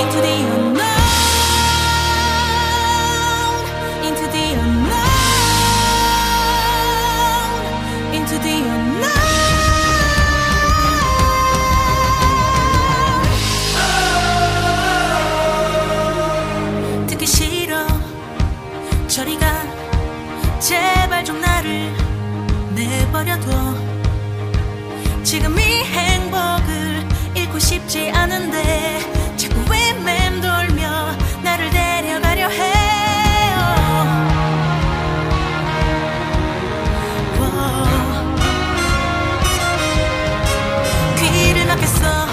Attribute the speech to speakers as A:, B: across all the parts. A: into the unknown, into the unknown, into the unknown. 듣기 싫어 저리가 제발 좀 나를 내버려둬 지금 이 행복을 잃고 싶지 않은데 자꾸 왜 맴돌며 나를 데려가려 해요 워. 귀를 막겠어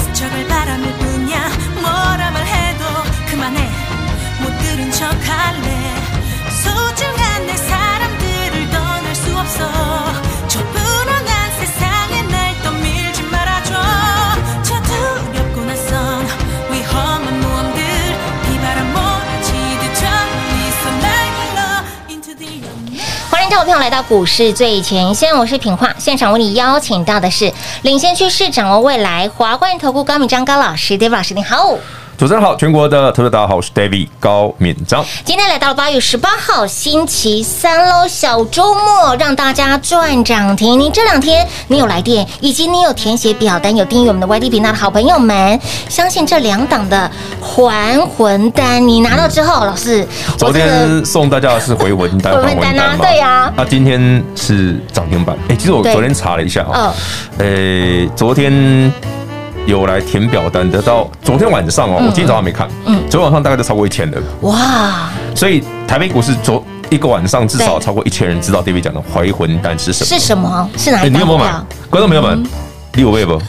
A: 스쳐갈 바람일 뿐이야 뭐라 말해도 그만해 못 들은 척 할래 소중한 내 사람들을 떠날 수 없어 저 불안한 세상에 날 떠밀지 말아줘 저 두렵고 낯선 위험한 모험들 비바람 몰아치듯 저기서 날 불러 Into the unknown
B: 欢迎各位朋友来到股市最前线，我是品化，现场为你邀请到的是领先趋势、掌握未来华冠投顾高敏章高老师，David 老师，你好。
C: 主持人好，全国的特别大家好，我是 David 高敏章。
B: 今天来到了八月十八号星期三喽，小周末让大家赚涨停。您这两天你有来电，以及你有填写表单、有订阅我们的 YD 频道的好朋友们，相信这两档的还魂单，你拿到之后，老师，
C: 昨
B: 我这个
C: 天送大家的是回文单、
B: 回文
C: 还文
B: 单啊
C: 单嘛？
B: 对呀
C: 那今天是涨停板。哎，其实我
B: 对嗯
C: 昨天查了一下哦，呃，昨天有来填表单的，到昨天晚上哦，我今天早上没看，嗯，昨天晚上大概就超过一千人，
B: 哇，
C: 所以台北股市昨一个晚上至少
B: 对
C: 超过一千人知道 David 讲的回魂单是什么。
B: 是什么？是哪
C: 哎，
B: 一
C: 你
B: 档
C: 有没
B: 股
C: 有买
B: 票？？
C: 观众朋友们，你 有没有？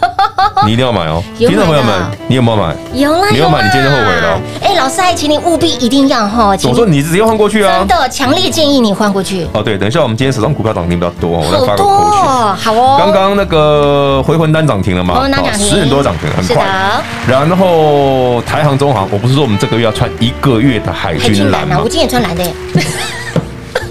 C: 你一定要买哦！
B: 有
C: 听众朋友
B: 买
C: 们
B: 的，
C: 你有没有买？
B: 有啦，
C: 你要买
B: 啦
C: 你今天就后悔了哦。
B: 哎，老师还请你务必一定要哈，请
C: 我
B: 你
C: 说你直接换过去啊
B: 真！的强烈建议你换过去，
C: 哦，对，等一下，我们今天手上股票涨停比较多，我再
B: 好
C: 发个
B: 多
C: 口讯。
B: 哦好哦。
C: 刚刚那个回魂单涨停了嘛？
B: 回魂单涨停
C: 十点多涨停了，很
B: 是
C: 快
B: 的。哎
C: 然后台航、中航，我不是说我们这个月要穿一个月的海
B: 海
C: 军
B: 军
C: 蓝
B: 蓝啊，
C: 吗
B: 我？今天也穿蓝的耶，
C: 真的是这样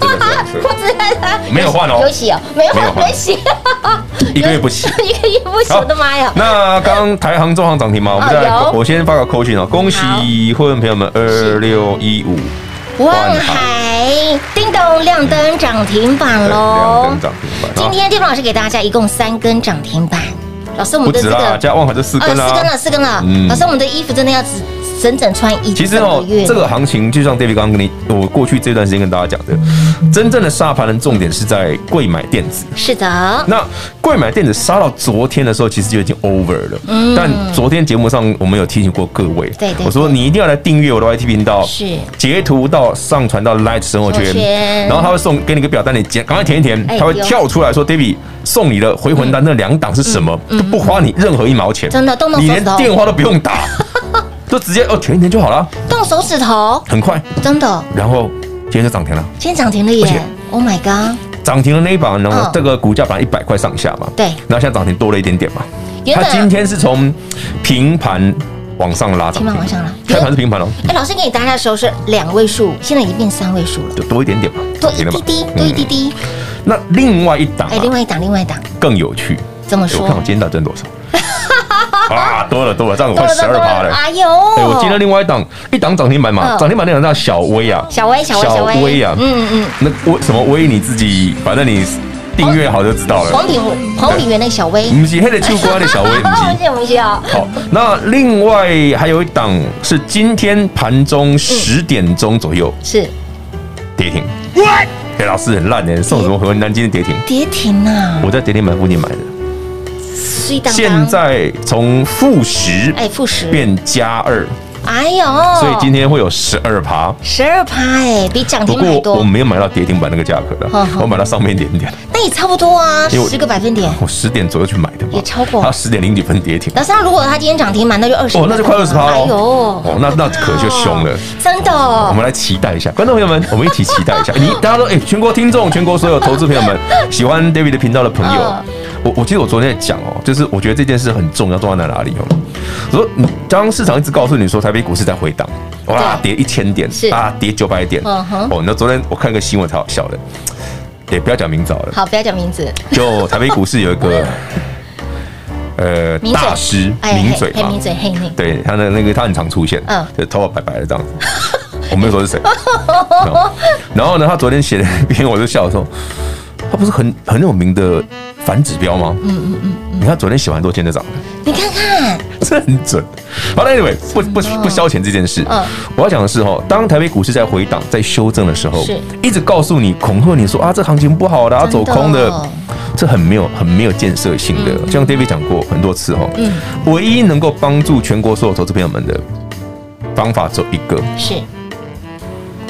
B: 我啊只
C: 子 没有换哦
B: 有，洗哦，没有
C: 没有
B: 换，
C: 换
B: 没洗，
C: 一个月不起。
B: 一个月不洗，
C: 好
B: 我的妈呀！
C: 那刚刚台航、中航涨停嘛，我们再来
B: 哦，有
C: 我先发个口讯哦，恭喜会员朋友们二六一五
B: 万海叮咚亮灯涨停板
C: 两
B: 喽
C: 根！涨停板
B: 今
C: 啊，
B: 天地方老师给大家一共三根涨停板，老师我
C: 不
B: 们的这
C: 止啦，
B: 个
C: 加万海就四
B: 啊
C: 根啦，
B: 四根了，四根了，
C: 嗯
B: 老师我们的衣服真的要只整整穿一
C: 其实
B: 整
C: 哦
B: 个月，
C: 这个行情就像 David 刚刚跟你，我过去这段时间跟大家讲的，真正的杀盘的重点是在贵买电子。
B: 是的，
C: 那哦贵买电子杀到昨天的时候，其实就已经 over 了。但昨天节目上我们有提醒过各位，
B: 嗯对对
C: 我说你一定要来订阅我的 YT 频道，
B: 是
C: 截图到上传到 Light 生活
B: 生活圈
C: 圈，然后他会送给你一个表单，你填，赶快填一填
B: 哎，
C: 他会
B: 有
C: 跳出来说 David 送你的回魂单那两档是什么，都不花你任何一毛钱，
B: 嗯真的动动
C: 你
B: 手
C: 连
B: 指头
C: 电话都不用 打，就直接哦填一填就好了，
B: 动手指头，
C: 很快。
B: 真的，
C: 然后今天就涨停了，
B: 今天涨停了
C: 而
B: 耶
C: 且
B: ！Oh my god！
C: 涨停的那一把呢，
B: 嗯
C: 这个股价本来一百块上下嘛，
B: 对
C: 然后现在涨停多了一点点嘛，
B: 原
C: 它
B: 本
C: 今天是从平盘往上拉涨
B: 平
C: 停，
B: 盘往上拉
C: 开盘是平盘哦，
B: 哎，老师给你答的时候是两位数，现在已经变三位数了，
C: 就多一点点嘛，
B: 多一
C: 涨停了
B: 滴
C: 嘛
B: 滴，多一滴。
C: 嗯
B: 滴。
C: 那另外一档啊
B: 哎，另外一档，另外一档，
C: 更有趣，
B: 怎么
C: 哎
B: 说
C: 我看我今天到底挣多 少？啊，多了多了，这样我快十二趴了。
B: 哎呦
C: 哎，我今天另外一档一档涨停板嘛，
B: 嗯
C: 涨停板那档叫小薇啊，
B: 小薇，小薇，
C: 小薇啊
B: 嗯嗯
C: 那薇什么薇你自己，反正你订阅好就知道
B: 嗯，
C: 了。嗯
B: 黄品黄品源那个小薇，
C: 不是那个秋瓜的小薇，不
B: 哦，
C: 是。
B: 谢不谢啊？
C: 好，那另外还有一档是今天盘中十点钟左右
B: 是
C: 跌停。哎，老师很烂的，送什么回文单？今天跌停，
B: 跌停呐，
C: 我在跌停板附近买的，
B: 碎当当
C: 现在从负十
B: 哎，负十
C: 变加二，
B: 哎哦呦，
C: 所以今天会有十二趴。
B: 十二趴哎，比涨
C: 不
B: 停还
C: 过我
B: 多，
C: 没有买到跌停板那个价格
B: 呵
C: 的，
B: 呵
C: 我买到上面一点点，
B: 那也差不多啊，
C: 因为我
B: 十个百分点。
C: 我十点左右去买的嘛，
B: 也超过
C: 它十点零几分跌停，
B: 老师，那如果他今天涨停板，那就二十，
C: 哦，那就快二十趴
B: 哎
C: 喽，
B: 呦，
C: 哦，那那可就凶了。
B: 真的哦，
C: 我们来期待一下，观众朋友们，我们一起期待一下。你大家都哎、全国听众、全国所有投资朋友们，喜欢 David 的频道的朋友，
B: 嗯
C: 我我记得我昨天在讲哦，就是我觉得这件事很重要，重要在哪里哦？我说你当市场一直告诉你说台北股市在回档，哇，跌一千点
B: 是，
C: 啊，跌九百点，
B: 嗯哼
C: 哦，那昨天我看个新闻才好笑的，也不要讲明早了，
B: 好，不要讲名字，
C: 就台北股市有一 个呃
B: 名嘴
C: 大师
B: 哎
C: 名嘴
B: 嘿
C: 嘛
B: 嘿，名嘴，嘿那个，
C: 对他的那个他很常出现，
B: 嗯
C: 就头发白白的这样子。我没有说 是谁。然后呢，他昨天写了一篇，我就笑说，他不是很很有名的反指标吗？嗯嗯嗯。你看昨天写完多，今天就涨了，
B: 你看看，
C: 真的很准。好了，anyway，不不不消遣这件事。
B: 嗯
C: 我要讲的是哦，当台北股市在回档、在修正的时候
B: 是，
C: 一直告诉你、恐吓你说啊，这行情不好的，啊，
B: 真
C: 走
B: 的哦嗯
C: 空的，这很没有、很没有建设性的。就像 David 讲过很多次哦，唯一能够帮助全国所有投资朋友们的方法只有一个，
B: 是，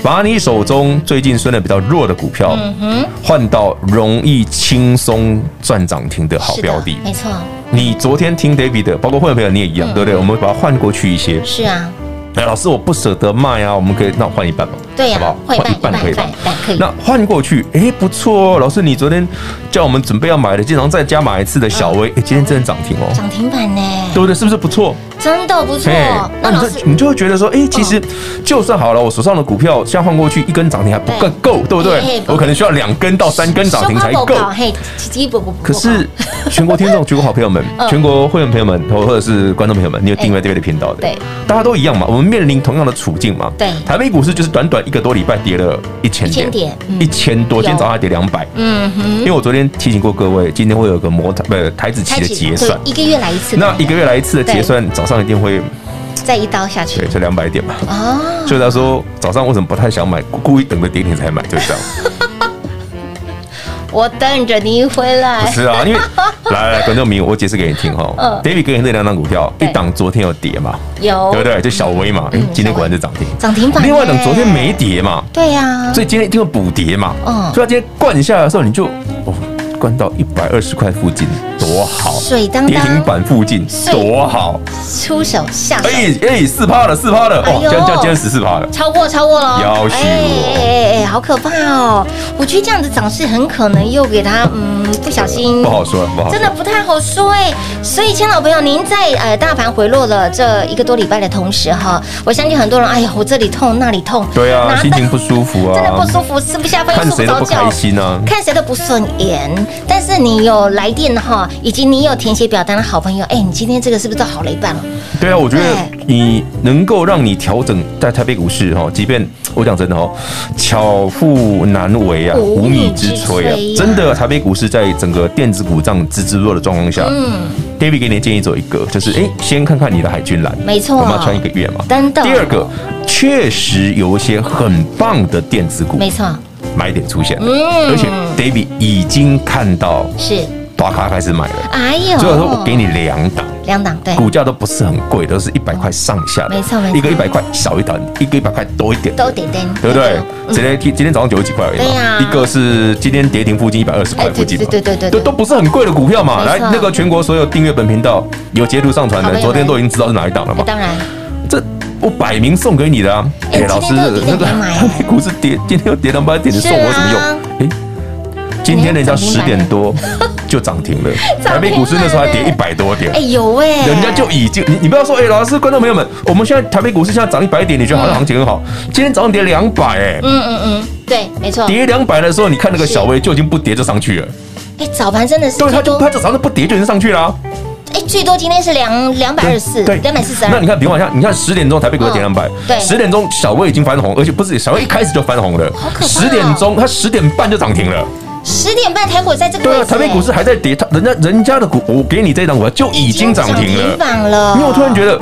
C: 把你手中最近升的比较弱的股票，
B: 嗯
C: 换到容易轻松赚涨停的好
B: 是的哎
C: 标的。
B: 没错，
C: 你昨天听 David 的，包括会员朋友你也一样，
B: 嗯
C: 对不对？我们把它换过去一些。
B: 是啊，
C: 哎，老师，我不舍得卖啊，我们可以那我换一半吧，
B: 对呀
C: 好不好？
B: 换一半
C: 可以吧
B: 一半一半可以？
C: 那换过去，哎，不错哦，老师，你昨天叫我们准备要买的，经常再加买一次的小薇，哎，今天真的涨停哦，
B: 嗯涨停板呢
C: 对，不对？是不是不错？
B: 真的不错
C: 哎，。那
B: 那老
C: 你就
B: 师，嗯
C: 你就会觉得说，哎，其实就算好了，我手上的股票现在换过去一根涨停还不够够，对不
B: 哎哎
C: 对？
B: 不
C: 我可能需要两根到三根涨停才
B: 收
C: 够
B: 趴。宝宝嘿，鸡不不不，
C: 可是全国听众、全国好朋友们、
B: 嗯
C: 全国会员朋友们，或者是观众朋友们，你有订阅这边的频道的，
B: 对，
C: 大家都一样嘛，我们面临同样的处境嘛。
B: 对
C: 台北股市就是短短一个多礼拜跌了一千
B: 1000点
C: 点
B: 嗯，
C: 一千多，今天早上还跌两百。
B: 嗯哼，
C: 因为我昨天提醒过各位，今天会有个模台不是台子期的结算，
B: 对一个月来一次的，
C: 那一个月来一次的结算，早上一定会
B: 再一刀下
C: 对，
B: 去
C: 就两百点嘛。
B: 哦，
C: 所以他说早上为什么不太想买，故故意等着跌停才买，就 这样。
B: 我等着你回
C: 不
B: 来，
C: 是啊，因为来来，观众迷，我解释给你听哈。
B: 嗯
C: David 给你那两档股票，一
B: 对
C: 档昨天有跌嘛，
B: 有
C: 对不对？就小微嘛，
B: 嗯
C: 诶今天果然就涨停。
B: 涨停板呢，
C: 另外一档昨天没跌嘛，
B: 对呀，
C: 所以今天一定会补跌嘛。
B: 嗯
C: 所以它今天灌下来的时候，你就哦，灌到一百二十块附近，多好！
B: 水当当
C: 跌停板附近
B: 水
C: 多好！
B: 出手下手，
C: 哎哎，四趴了，四趴了，
B: 哎
C: 哦，
B: 呦
C: 今天今天十四趴了。
B: 超过超过了，
C: 要死我
B: 哎哎，好可怕哦！我觉得这样子涨势很可能又给他嗯不小心
C: 不好说，不好说
B: 真。的不太好说哎、所以，亲老朋友，您在呃大盘回落了这一个多礼拜的同时哈，我相信很多人，哎呀，我这里痛那里痛，
C: 对啊，
B: 拿
C: 心情不舒服啊，
B: 真的不舒服，吃不下饭，
C: 看
B: 睡
C: 谁都
B: 着
C: 不
B: 觉
C: 开。心啊。
B: 看谁都不顺眼，但是你有来电哈，以及你有填写表单的好朋友，哎、你今天这个是不是都好了一半了？
C: 对啊，我觉得你能够让你调整在台北股市哈，即便我讲真的哈，巧妇难为啊，
B: 无
C: 无
B: 米
C: 米
B: 之
C: 之炊啊
B: 炊啊，
C: 真的台北股市在整个电子股这样直直弱的状况下
B: 嗯
C: ，David 给你的建议只有一个，就是哎，先看看你的海军蓝，
B: 没错
C: 我们要穿一个月嘛。
B: 真的。
C: 第二个，确实有一些很棒的电子股
B: 没错，
C: 买点出现了，
B: 嗯
C: 而且 David 已经看到
B: 是，
C: 大咖开始买了，
B: 哎呦，
C: 所以我说我给你两档。
B: 两档对，
C: 股价都不是很贵，都是一百块上下的，
B: 哎没错没错
C: 一个一百块少一点，一个一百块多一点，
B: 都点点，
C: 对不对
B: 嗯？
C: 今天今天早上九十几块而已嘛，
B: 对呀
C: 一个是今天跌停附近一百二十块
B: 哎
C: 附近嘛，
B: 对对对对对对
C: 都都不是很贵的股票嘛。
B: 没
C: 来，
B: 错
C: 那个全国所有订阅本频道有截图上传
B: 好
C: 的，
B: 朋友
C: 昨天
B: 们
C: 都已经知道是哪一档了
B: 哎
C: 嘛。
B: 当然，
C: 这我摆明送给你的啊！
B: 哎
C: 老师
B: 今天都有跌停
C: 那个
B: 板买
C: 台 北股市跌，今天又跌两百点，你
B: 啊
C: 送我有什么用？哎，今天人家十点多就涨停 了，台北股市那时候还跌一百多点
B: 哎、。有哎、
C: 人家就已经，你你不要说，哎、老师、观众朋友们，我们现在台北股市现在涨一百点，你觉得好像行情很好？今天早上跌两百，哎，
B: 嗯嗯嗯，对，没错，
C: 跌两百的时候，你看那个小微就已经不跌就上去了，
B: 哎、早盘真的是
C: 对，
B: 最
C: 它
B: 多
C: 就它，早上不跌就已经上去了、啊，
B: 哎、最多今天是两两百二十四，两百四十
C: 那
B: 二嗯
C: 你，看，比方像你看十点钟台北股市跌两百、
B: 对
C: 十点钟小微已经翻红，而且不是小微一开始就翻红了
B: 好可，怕哦
C: 十点钟它十点半就涨停了，
B: 十点半台股在这个位
C: 对
B: 置、
C: 啊，台北股市还在跌，它人家人家的股，我给你这档股票就已经涨停了
B: 涨停。板了，
C: 因为我突然觉得，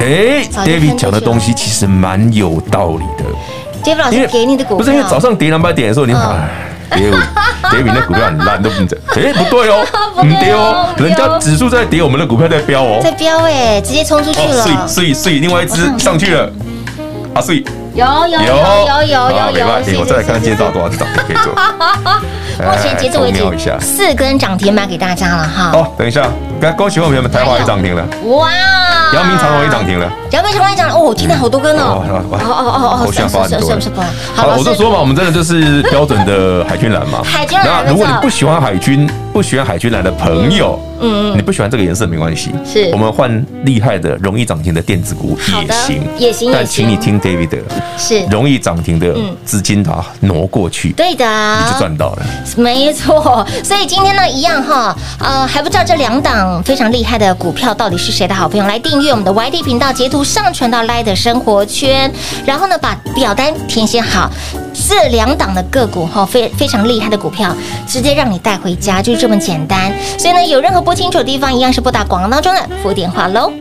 C: 哎、
B: 早
C: d
B: 就看出
C: a v i d 讲的
B: 去了
C: 东西其实蛮有道理的。
B: 杰夫老
C: 因
B: 师
C: 为
B: 啊给你的股票，
C: 不是因为早上跌两百点的时候，你
B: 嗯
C: 哎， 跌五跌比那股票很烂，都不能哎、不对哦，
B: 不对哦
C: 跌哦，
B: 不对哦
C: 人家指数在跌，我们的股票在飙哦，
B: 在飙哎，直接冲出去
C: 哦，
B: 了。
C: 所以所以所以另外一只上去了，啊，所以
B: 有有有
C: 有
B: 有
C: 啊
B: 有有
C: 没
B: 有
C: 办，法，我再来看看今天早上多少只涨停可以做。
B: 目前截止为
C: 哎我瞄一下
B: 止，四根涨停板给大家了哈。
C: 哦，等一下，刚恭喜我们朋友们台华也涨停了，
B: 哇！
C: 阳明长虹也涨，停了。
B: 阳明长虹也涨了哦，天哪，好多根哦
C: 哇！
B: 哦
C: 哇
B: 哦哦哦，
C: 我想发很多
B: 是
C: 了
B: 不是不是？
C: 好了，
B: 老
C: 我就
B: 师
C: 说嘛，我们真的就是标准 的海军蓝嘛。
B: 海军蓝
C: 那如果你不喜欢海军，不喜欢海军蓝的朋友，嗯，你不喜欢这个颜色没关系，
B: 是
C: 我们换厉害的、容易涨停的电子股
B: 好
C: 也
B: 的
C: 行，
B: 也行也
C: 但
B: 行
C: 请你听 David 的，
B: 是嗯
C: 容易涨停的资金把它挪过去，
B: 对啊的，
C: 你就赚到了。
B: 没错，所以今天呢，一样哈，呃，还不知道这两档非常厉害的股票到底是谁的好朋友，来订阅我们的 YT 频道，截图上传到 Light 生活圈，然后呢，把表单填写好。这两档的个股哈，非非常厉害的股票，直接让你带回家，就是这么简单。所以呢，有任何不清楚的地方，一样是拨打广告当中的服务电话喽。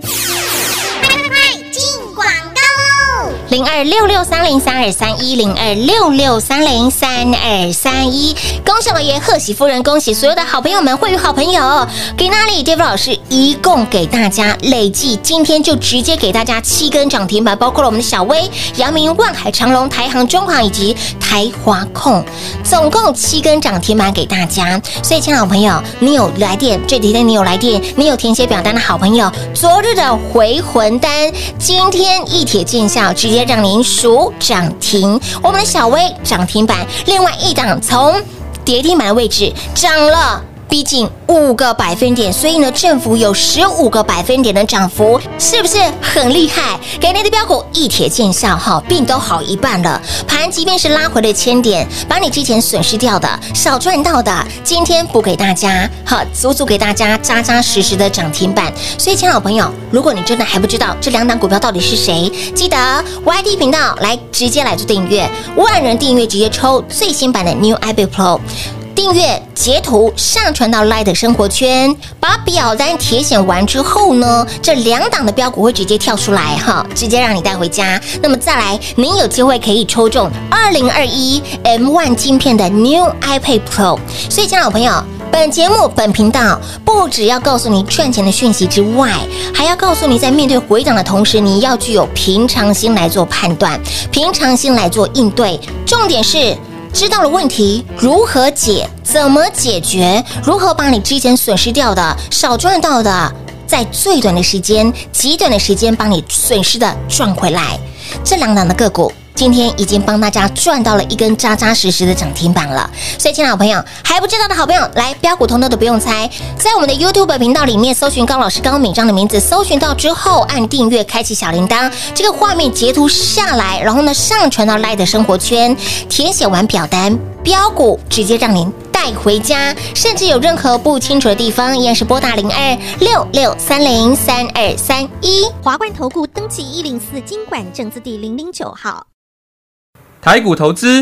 B: 零二六六三零三二三一零二六六三零三二三一。恭喜老爷，贺喜夫人，恭喜所有的好朋友们，会与好朋友给那里 d a v i 老师一共给大家累计，今天就直接给大家七根涨停板，包括了我们的小薇、阳明、万海、长隆、台航、中航以及台华控，总共七根涨停板给大家。所以，亲爱的朋友，你有来电，这几天你有来电，你有填写表单的好朋友，昨日的回魂单，今天一铁见效，直接让您数涨停。我们的小薇涨停板，另外一档从跌停板的位置涨了。逼近五个百分点，所以呢，振幅有十五个百分点的涨幅，是不是很厉害？给你的标股一铁见效哈，病都好一半了。盘即便是拉回了千点，把你之前损失掉的、少赚到的，今天补给大家，好，足足给大家扎扎实实的涨停板。所以，亲爱的朋友，如果你真的还不知道这两档股票到底是谁，记得 YD 频道来直接来做订阅，万人订阅直接抽最新版的 New iPad Pro。订阅、截图、上传到 Light 生活圈，把表单填写完之后呢，这两档的标股会直接跳出来哈，直接让你带回家。那么再来，您有机会可以抽中二零二一 M One 镜片的 New iPad Pro。所以，亲爱的朋友。本节目、本频道不只要告诉你赚钱的讯息之外，还要告诉你在面对回档的同时，你要具有平常心来做判断，平常心来做应对。重点是知道了问题如何解，怎么解决，如何把你之前损失掉的、少赚到的，在最短的时间、极短的时间帮你损失的赚回来。这两档的个股。今天已经帮大家赚到了一根扎扎实实的涨停板了，所以亲爱的朋友还不知道的好朋友，来标股通通都不用猜，在我们的 YouTube 频道里面搜寻高老师高敏章的名字，搜寻到之后按订阅，开启小铃铛，这个画面截图下来，然后呢上传到 Light 的生活圈，填写完表单，标股直接让您带回家，甚至有任何不清楚的地方，依然是拨打零二六六三零三二三一。
D: 华冠投顾登记一零四经管证字第零零九号。
E: 台股投资，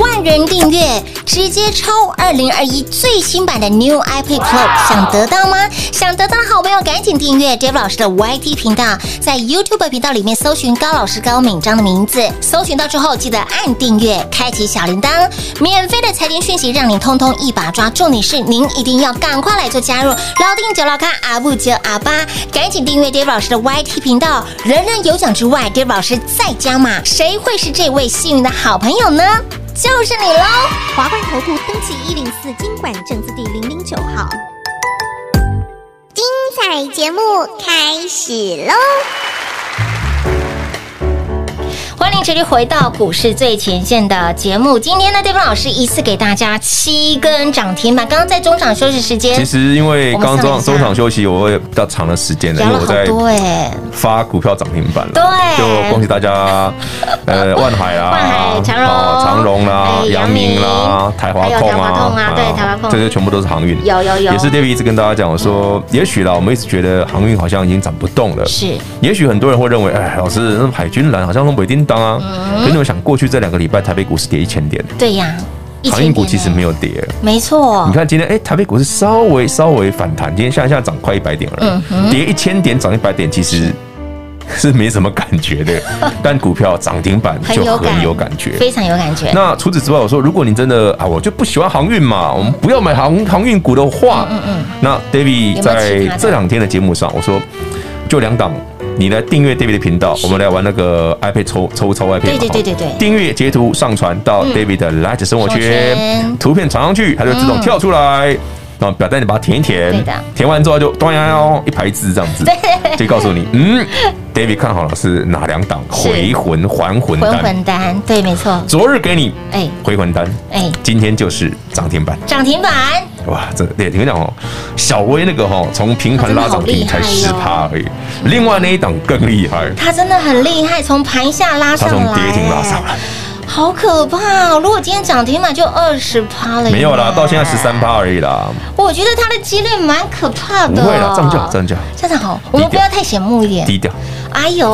B: 万人订阅，直接抽二零二一最新版的 New iPad Pro，想得到吗？想得到的好朋友赶紧订阅 Dave 老师的 YT 频道，在 YouTube 频道里面搜寻高老师高敏章的名字，搜寻到之后记得按订阅，开启小铃铛，免费的财经讯息让你通通一把抓。重点是您一定要赶快来做加入，老定九老咖阿布九阿巴，赶紧订阅 Dave 老师的 YT 频道，人人有奖之外，Dave 老师再加码，谁会是这位幸运的好朋友呢？就是你喽！
D: 华冠投顾登记一零四经管证字第零零九号。精彩节目开始喽！
B: 欢迎迎持续回到股市最前线的节目。今天呢，对方老师一次给大家七根涨停板。刚刚在中场休息时
C: 其
B: 间
C: 实因为
B: 我们
C: 刚
B: 上
C: 中
B: 一下
C: 中场休息，我也比较长的时间了，因
B: 聊
C: 为
B: 了
C: 我
B: 好
C: 在
B: 多哎、
C: 发股票涨停板了，
B: 对
C: 就恭喜大家， 呃，万海啦，
B: 万海长荣
C: 哦长荣啦
B: 哎，
C: 阳明
B: 阳
C: 啦
B: 明，
C: 台华
B: 还有
C: 控
B: 台华控啊
C: 啊，
B: 对台华控
C: 这些全部都是航运，
B: 有有有
C: 也是 David 一直跟大家讲，我说也许啦，我们一直觉得航运好像已经涨不动了，
B: 是
C: 也许很多人会认为，哎，老师，那海军蓝好像都没叮当啊，
B: 嗯
C: 可是你有想，过去这两个礼拜台北股市跌一千点，
B: 对呀，一
C: 航
B: 千
C: 运
B: 点啊
C: 股其实没
B: 有，
C: 有跌，
B: 没错
C: 你，看今天，哎、台北股市稍微稍微反弹，今天下下涨快一百点而已，跌一千点涨一百点，其实是没什么感觉 的。但股票涨停板就很有感觉。
B: 非常有感觉。
C: 那除此之外，我说如果你真的啊，我就不喜欢航运嘛，我们不要买航航运股的话，那 David
B: 嗯有没有其
C: 在
B: 他的
C: 这两天的节目上，我说就两档。你来订阅 David 的频道，我们来玩那个 iPad 抽抽抽 iPad 嘛。
B: 对对对对对
C: 订阅截图上传到 David 的 Light 生活
B: 生活圈嗯
C: 圈，图片传上去，它就自动跳出来。然后表单你把它填一填
B: 对的，
C: 填完之后就咚呀哦呀一排字这样 子，就告诉你，嗯，David 看好了是哪两档
B: 是
C: 回魂还
B: 混
C: 魂单，
B: 混单，对，没错，
C: 昨日给你
B: 哎
C: 回魂单，
B: 哎，
C: 今天就是涨停板，
B: 涨停板，
C: 哇，这对，你跟你讲哦，小薇那个哦，从平盘拉涨停才
B: 哦真
C: 十
B: 的好
C: 趴而已，另外那一档更厉害，
B: 它真的很厉害，从盘下拉
C: 它
B: 上
C: 从
B: 来，
C: 跌停拉上来，
B: 好可怕哦！如果今天涨停板就二十趴了耶，
C: 没有啦，到现在十三趴而已啦，
B: 我觉得它的几率蛮可怕
C: 不
B: 的。哎
C: 会啦，涨价涨价，
B: 站长好，我们不要太醒目一点。
C: 低调，
B: 哎呦，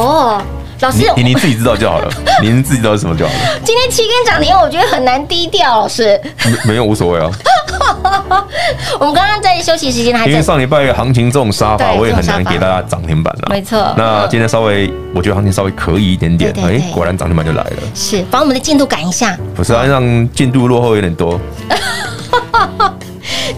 B: 老师，
C: 你你你自己知道 就好了，您自己知道是什么就好了，
B: 今天七根涨停，我觉得很难低调。老师，
C: 没没有无所谓啊，
B: 我们刚刚在休息时间还
C: 因为
B: 在
C: 上礼拜行情这种杀法，
B: 对
C: 我也很
B: 这种杀
C: 难
B: 法
C: 给大家涨停板啦，
B: 没错
C: 那今天稍微，我觉得行情稍微可以一点点，
B: 对对
C: 哎
B: 对，
C: 果然涨停板就来了。
B: 是把我们的进度赶一下。
C: 不是啊，让进度落后有点多，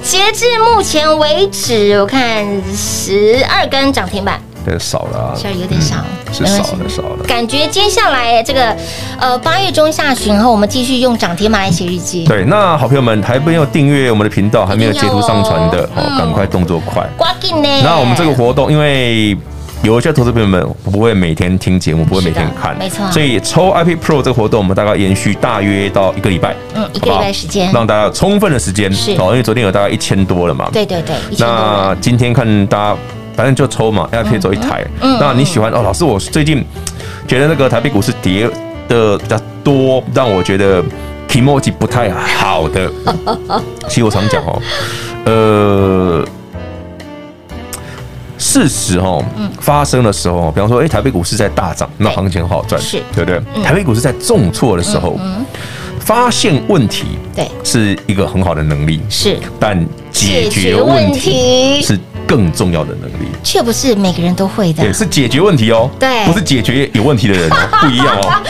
B: 截至目前为止，我看十二根涨停板，
C: 有点少了、啊，
B: 虽然有点少
C: 嗯是
B: 没关
C: 少
B: 系
C: 了少了。
B: 感觉接下来这个呃八月中下旬后，我们继续用涨停板来写日记。
C: 对，那好朋友们还没有订阅我们的频
B: 哦
C: 道，还没有截图上传的
B: 一定，要哦
C: 哦，赶快动作快。
B: 刮劲呢？
C: 那我们这个活动，因为有一些投资朋友们不会每天听节目，不会每天看，
B: 没错
C: 所以抽 IP Pro 这个活动，我们大概延续大约到一个礼拜，
B: 嗯一个礼
C: 好不
B: 拜
C: 好
B: 时间
C: 让大家有充分的时间。
B: 是
C: 哦，因为昨天有大概一千多了嘛。
B: 对对对，一千多嗯
C: 那
B: 人
C: 今天看大家，反正就抽嘛，L P 走一台。那你喜欢哦，老师，我最近觉得那个台北股市跌的比较多，让我觉得 e m o j i 不太 好的。其实我常讲哦，呃。事实哦，
B: 嗯
C: 发生的时候，比方说，哎、台北股市在大涨，那行情很好赚，
B: 是嗯
C: 对不对？台北股市在重挫的时候，发现问题
B: 对
C: 是一个很好的能力，
B: 是，
C: 但解决问题是更重要的能力，
B: 却不是每个人都会的
C: 对，。是解决问题哦，
B: 对
C: 不是解决有问题的人哦， 不一样哦，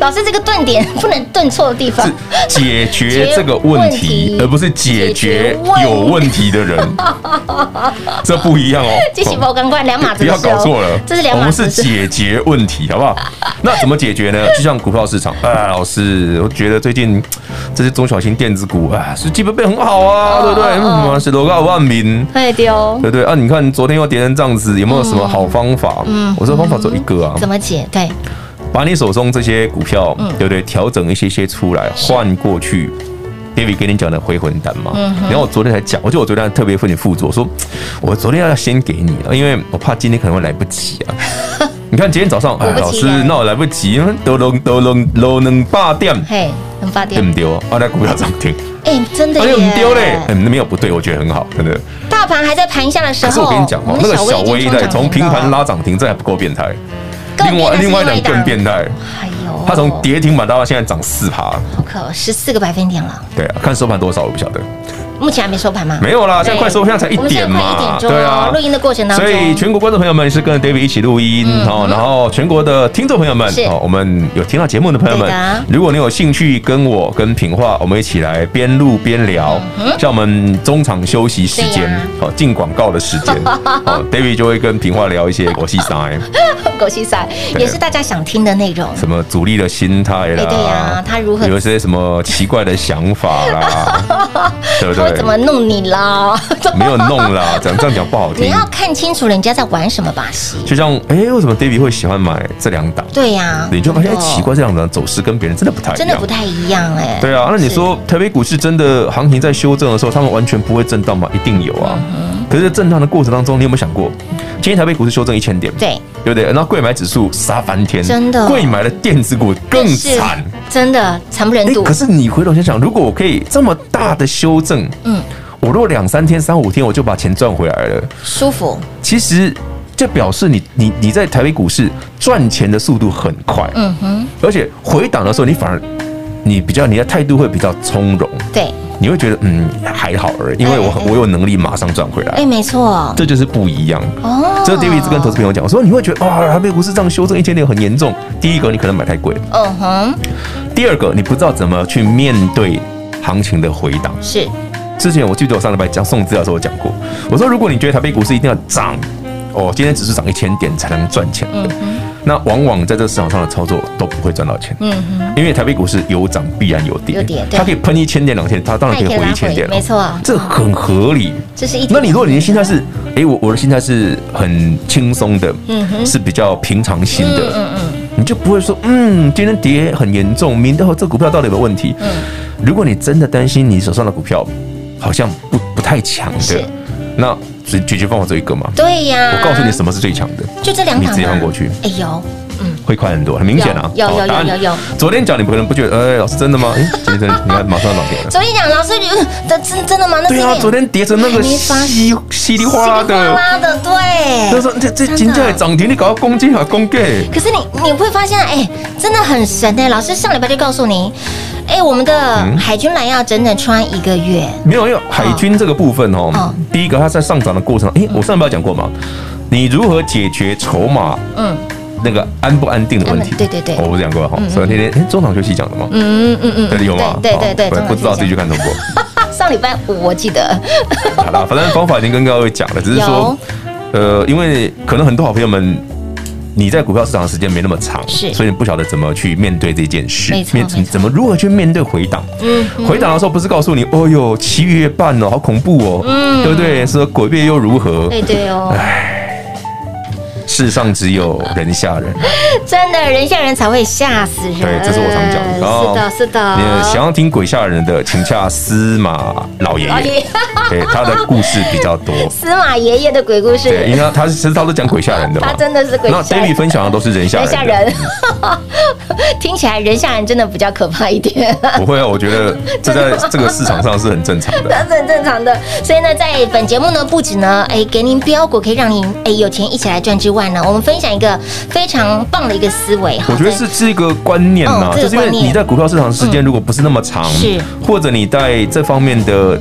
B: 老师，这个顿点不能顿错的地方
C: 是。解决这个问
B: 解决问
C: 题
B: 题，
C: 而不是解决有问题的人， 这不一样哦。
B: 这是包钢管两码子
C: 不
B: 事
C: 要
B: 哦，
C: 搞错了，
B: 这是两
C: 我
B: 码
C: 们
B: 子
C: 是
B: 事。
C: 解决问题，好不好？那怎么解决 呢？就像股票市场，啊，老师，我觉得最近这些中小型电子股啊，是基本面很好
B: 哦
C: 啊，对不对？嗯，是楼高万民，
B: 哎丢，
C: 对对啊，你看昨天又跌成这样子，有没有什么好方法？嗯，我说方法只有一个啊，
B: 怎么解？对，
C: 把你手中这些股票，对不对？调整一些些出来，换过去。David 跟你讲的回魂丹嘛，然后我昨天才讲，我就我昨天特别跟你附着，我说我昨天要先给你了，因为我怕今天可能会来不及 啊。你看今天早上，哎，
B: 果不
C: 老
B: 其
C: 师
B: 然，
C: 那我来不及，都能都能都能霸点，
B: 嘿，能发
C: 对
B: 电
C: 不？对？啊，那股票涨停，
B: 哎，真的
C: 而且很
B: 耶，
C: 丢嘞，哎没有不对，我觉得很好，真的。
B: 大盘还在盘下的时
C: 可是
B: 候，
C: 我跟你讲哦，那
B: 们
C: 个
B: 的
C: 小
B: 微
C: 微
B: 已经
C: 在
B: 冲
C: 从
B: 涨停
C: 平
B: 了
C: 盘，拉涨停，这还不够变态。
B: 更
C: 另
B: 变
C: 外
B: 态是
C: 另外一档
B: 档
C: 更变态，
B: 哎呦，
C: 它从跌停板到现在涨四趴，
B: 好可十四个百分点了，
C: 对啊，看收盘多少我不晓得，
B: 目前还没收盘吗？
C: 没有啦，
B: 对
C: 现在快收，现在才一
B: 我们现在
C: 点
B: 快一
C: 嘛
B: 点，钟
C: 对啊
B: 哦，录。音的过程当中，
C: 所以全国观众朋友们是跟 David 一起录音哦，然后全国的听众朋友们
B: 嗯是
C: 哦，我们有听到节目的朋友们
B: 对的，
C: 如果你有兴趣跟我跟品化，我们一起来边录边聊，像我们中场休息时
B: 嗯对
C: 间
B: 呀，
C: 哦，进广告 的时间，哦，David 就会跟品化聊一些国际赛。
B: 狗戏赛
C: 对
B: 也是大家想听的内容。
C: 什么主力的心态啦，
B: 哎对呀他如何
C: 有一些什么奇怪的想法啦，对不对？
B: 我怎么弄你啦？
C: 没有弄啦，讲这样讲不好
B: 你
C: 听。
B: 要看清楚人家在玩什么把戏。
C: 就像哎、为什么 David 会喜欢买这两档？
B: 对呀、
C: 你就发现、哎
B: 真的
C: 奇怪，这两档走势跟别人真的不太一
B: 真的
C: 样
B: 不。太一样哎、
C: 对啊，那你说台北股市真的行情在修正的时候，他们完全不会震荡吗？一定有啊。
B: 嗯
C: 可是，在震荡的过程当中，你有没有想过，今天台北股市修正一千点，
B: 对
C: 对不对？然后贵买指数杀翻天，
B: 真的哦
C: 贵买的电子股更惨。，
B: 是真的惨不忍
C: 哎、
B: 睹
C: 可。是你回头想想，如果我可以这么大的修正，
B: 嗯，
C: 我如果两三天、三五天我就把钱赚回来了，
B: 舒服，
C: 其实这表示你你你在台北股市赚钱的速度很快，
B: 嗯哼，
C: 而且回档的时候你反而你比较你的态度会比较从容，
B: 对，
C: 你会觉得嗯还好而已，因为我
B: 哎哎哎
C: 我有能力马上赚回来
B: 哎，，没错，
C: 这就是不一样。
B: 哦，
C: 这 David 一直跟投资朋友讲，我说你会觉得哇，台北股市这样修正一千点很严重。第一个，你可能买太贵；
B: 嗯哼，
C: 第二个，你不知道怎么去面对行情的回档。
B: 是，
C: 之前我记得我上礼拜讲送资料的时候我讲过，我说如果你觉得台北股市一定要涨，哦，今天只是涨一千点才能赚钱
B: 嗯
C: 的，那往往在这市场上的操作都不会赚到钱，
B: 嗯哼，
C: 因为台北股市有涨必然有跌，
B: 有跌对
C: 它可以喷一千点两千，它当然可以
B: 它也可以
C: 回
B: 拉
C: 一千点了，
B: 回没错
C: 这很合理。
B: 这是一点。
C: 那你如果你的心态是，诶，我我的心态是很轻松的，
B: 嗯哼
C: 是比较平常心
B: 嗯
C: 的，
B: 嗯嗯，
C: 你就不会说，嗯，今天跌很严重，明天后这股票到底有没有问题？嗯，如果你真的担心你手上的股票好像不不太强
B: 是
C: 的，那解解决方法只有一个嘛。
B: 对呀、
C: 我告诉你，什么是最强的，
B: 就这两档、
C: 你直接换过去。
B: 哎呦，
C: 会快很多，很明显啊。
B: 有有
C: 好
B: 有
C: 答案
B: 有有有
C: 昨天讲你可能不觉得，哎，老师真 的吗？哎，今天真的，你看马上涨停了。
B: 昨天讲老师，呃真真真的吗？那
C: 对啊，昨
B: 天
C: 天跌成那个
B: 你发
C: 稀稀里哗啦
B: 稀里
C: 的，
B: 啦的，对。
C: 他说这这
B: 真
C: 金
B: 的
C: 价也涨停，你搞到攻击啊攻击。
B: 可是你你会发现，哎、真的很神哎、老师上礼拜就告诉你，哎、我们的
C: 嗯
B: 海军蓝要整整穿一个月，
C: 没有，因为海军这个部分哦，
B: 哦
C: 第一个它在上涨的过程，诶，
B: 嗯
C: 我上礼拜讲过嘛，你如何解决筹码
B: 嗯
C: 那个安不安定的问题？
B: 安嗯对对对
C: 哦我讲过哈，所以那天诶中场休息讲的嘛，
B: 嗯嗯嗯
C: 对有吗？
B: 对对对
C: 哦
B: 对，
C: 不知道自己去
B: 中
C: 看重播。
B: 岛休息站上礼拜五我记得，
C: 好啦，反正方法已经跟各位讲了，只是说，呃，因为可能很多好朋友们。你在股票市场的时间没那么长，
B: 是
C: 所以你不晓得怎么去面对这件事，
B: 没错
C: 面
B: 没错嗯
C: 怎么如何去面对回档。回档的时候不是告诉你，哦哟，七月半哦，好恐怖哦，
B: 嗯
C: 对不对？说鬼月又如何？
B: 对对哦，
C: 哎世上只有人吓人，
B: 真的人吓人才会吓死人，
C: 对，这是我常讲的。哦
B: 是的，是的，
C: 你想要听鬼吓人的，请洽司马老爷
B: 老爷
C: 爷，对，他的故事比较 多。
B: 哎司马爷爷的鬼故
C: 对，因为
B: 事，
C: 他他其实他都讲鬼吓人的嘛
B: 他。真的是鬼
C: 那
B: 吓人
C: David 分享的都是人吓
B: 人
C: 人
B: 吓
C: 的，
B: 人， 听起来人吓人真的比较可怕一点。
C: 不会啊，我觉得这在这个市场上是很正常 的。
B: 那是很正常的。所以呢，在本节目呢，不止呢，哎，给您标股可以让您哎有钱一起来赚之外呢，我们分享一个非常棒的一个思维哈。
C: 我觉得是是一个观念
B: 嗯
C: 呐、
B: 这个
C: 就是因为
B: 观念嗯
C: 你在股票市场时间如果不是那么长，
B: 是
C: 或者你在这方面的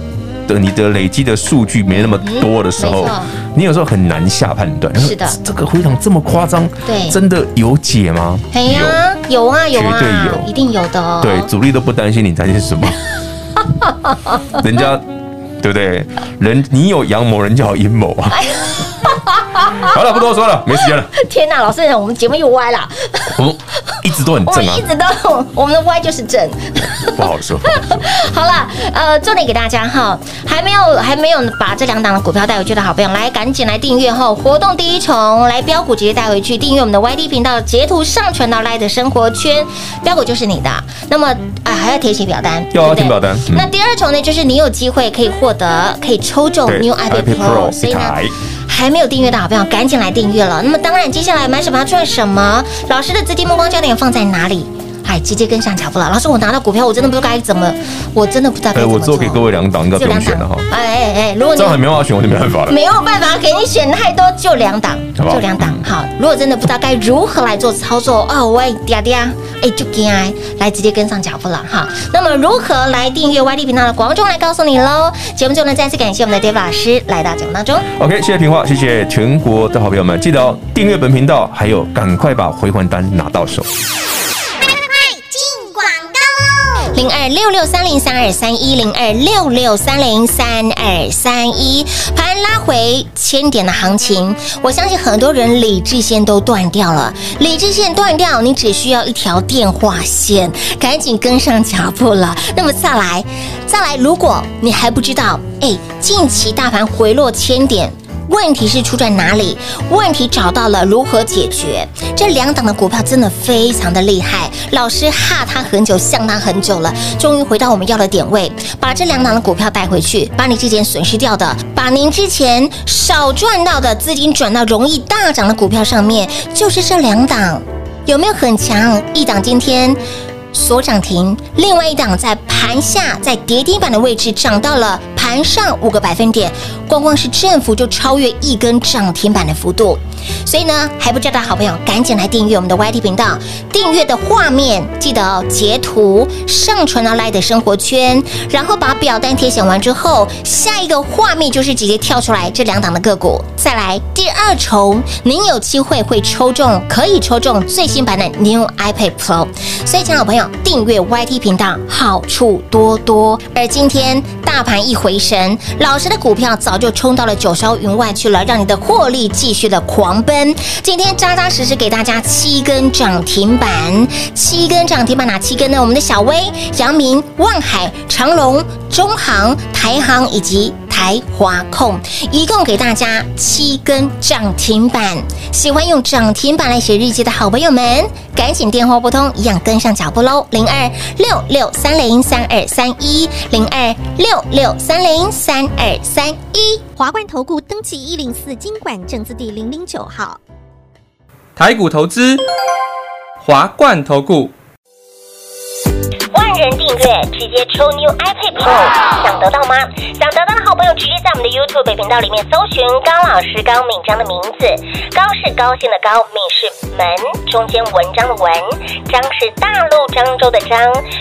C: 的你的累积的数据没那么多的时
B: 嗯
C: 候
B: 没错，
C: 你有时候很难下判断。
B: 是的
C: 这个回档这么夸张，
B: 对
C: 真的有解吗？
B: 哎呀，有啊有啊，
C: 绝对有
B: 一定有的哦。
C: 对，主力都不担心，你担心什么？人家对不对？人你有阳谋，人家有阴谋啊。
B: 哎
C: 好了，不多说了，没时间了。
B: 天哪，老师，我们节目又歪了，
C: 我们一直都很
B: 我
C: 正
B: 们
C: 啊
B: 一，直都 我们的歪就是正。
C: 不好 说。不好说
B: 好了，呃，重点给大家哈，还没有还没有把这两档的股票带回去的好朋友，来赶紧来订阅哈！活动第一重，来标股直接带回去，订阅我们的 YT 频道，截图上传到 Light 的生活圈，标股就是你的。那么啊、还要填写表单，
C: 要
B: 对不对
C: 啊填表单嗯
B: 那第二重呢，就是你有机会可以获得，可以抽中
C: 对
B: New iPad
C: iPad Pro
B: Pro，所以呢
C: 一台。
B: 还没有订阅的好朋友，赶紧来订阅了。那么当然，接下来买什么要赚什么，老师的资金目光焦点放在哪里？哎，直接跟上脚步了。老师，我拿到股票，我真的不知道该怎么，我真的不知道该
C: 哎，
B: 怎么
C: 我
B: 做。
C: 做给各位两档，应该
B: 就
C: 不用
B: 两
C: 选了
B: 档
C: 哈。。
B: 哎哎哎，如果
C: 这样还
B: 你
C: 没办法选，我就没办法了。
B: 没有办法给你选太多，就两档，
C: 好不好
B: 就两档。好，如果真的不知道该如何来做操作，哦，喂，嗲嗲，哎，就给哎，来直接跟上脚步了哈。那么如何来订阅 YD 频道的广众来告诉你喽。节目最后呢，再次感谢我们的 Dave 老师来到节目当中。
C: OK，谢谢平话，谢谢全国的好朋友们，记得哦，订阅本频道，还有赶快把回还单拿到手。
D: 进广告喽！
B: 零二六六三零三二三一零二六六三零三二三一。盘拉回千点的行情，我相信很多人理智线都断掉了，理智线断掉，你只需要一条电话线，赶紧跟上脚步了。那么再来，再来，如果你还不知道，哎，近期大盘回落千点。问题是出在哪里？问题找到了，如何解决？这两档的股票真的非常的厉害，老师哈它很久，向它很久了，终于回到我们要的点位，把这两档的股票带回去，把你之前损失掉的，把您之前少赚到的资金转到容易大涨的股票上面，就是这两档，有没有很强？一档今天。所涨停，另外一档在盘下在跌停板的位置涨到了盘上五个百分点，光光是振幅就超越一根涨停板的幅度。所以呢，还不知道的好朋友赶紧来订阅我们的 YT 频道，订阅的画面记得哦截图上传到 Light 的生活圈，然后把表单填写完之后，下一个画面就是直接跳出来这两档的个股。再来第二重，您有机会会抽中，可以抽中最新版的 New iPad Pro。所以，亲爱的朋友，订阅 YT 频道好处多多。而今天大盘一回升，老师的股票早就冲到了九霄云外去了，让你的获利继续的狂奔。今天扎扎实实给大家七根涨停板，七根涨停板哪七根呢？我们的小薇、阳明、望海、长隆、中航、台航以及。台华控，一共给大家七根涨停板。喜欢用涨停板来写日记的好朋友们，赶紧电话拨通，一样跟上脚步喽。零二六六三零三二三一，零二六六三零三二三一。
D: 华冠投顾登记一零四经管证字第零零九号。
E: 台股投资，华冠投顾。
F: 万人订阅直接抽 New iPad Pro，想得到吗？想得到的好朋友，直接在我们的 YouTube 频道里面搜寻高老师高敏章的名字，高是高兴的高，敏是门中间文章的文，章是大陆漳州的漳，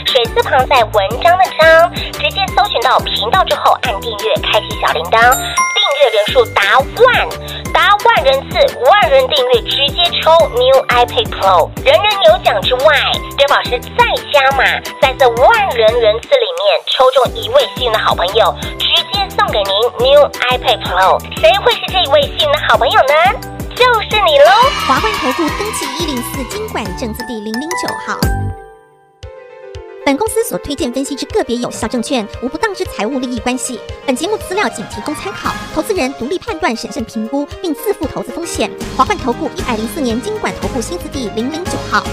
F: 水字旁在文章的章，直接搜寻到频道之后按订阅，开启小铃铛，订阅人数达万。达万人次、万人订阅，直接抽 New iPad Pro，人人有奖之外，刘老师再加码，在这万人人次里面抽中一位幸运的好朋友，直接送给您 New iPad Pro。谁会是这一位幸运的好朋友呢？就是你喽！
D: 华冠投顾登记一零四经管证字第零零九号。本公司所推荐分析之个别有效证券，无不当之财务利益关系。本节目资料仅提供参考，投资人独立判断、审慎评估，并自负投资风险。华冠投顾一百零四年经管投顾新字第零零九号。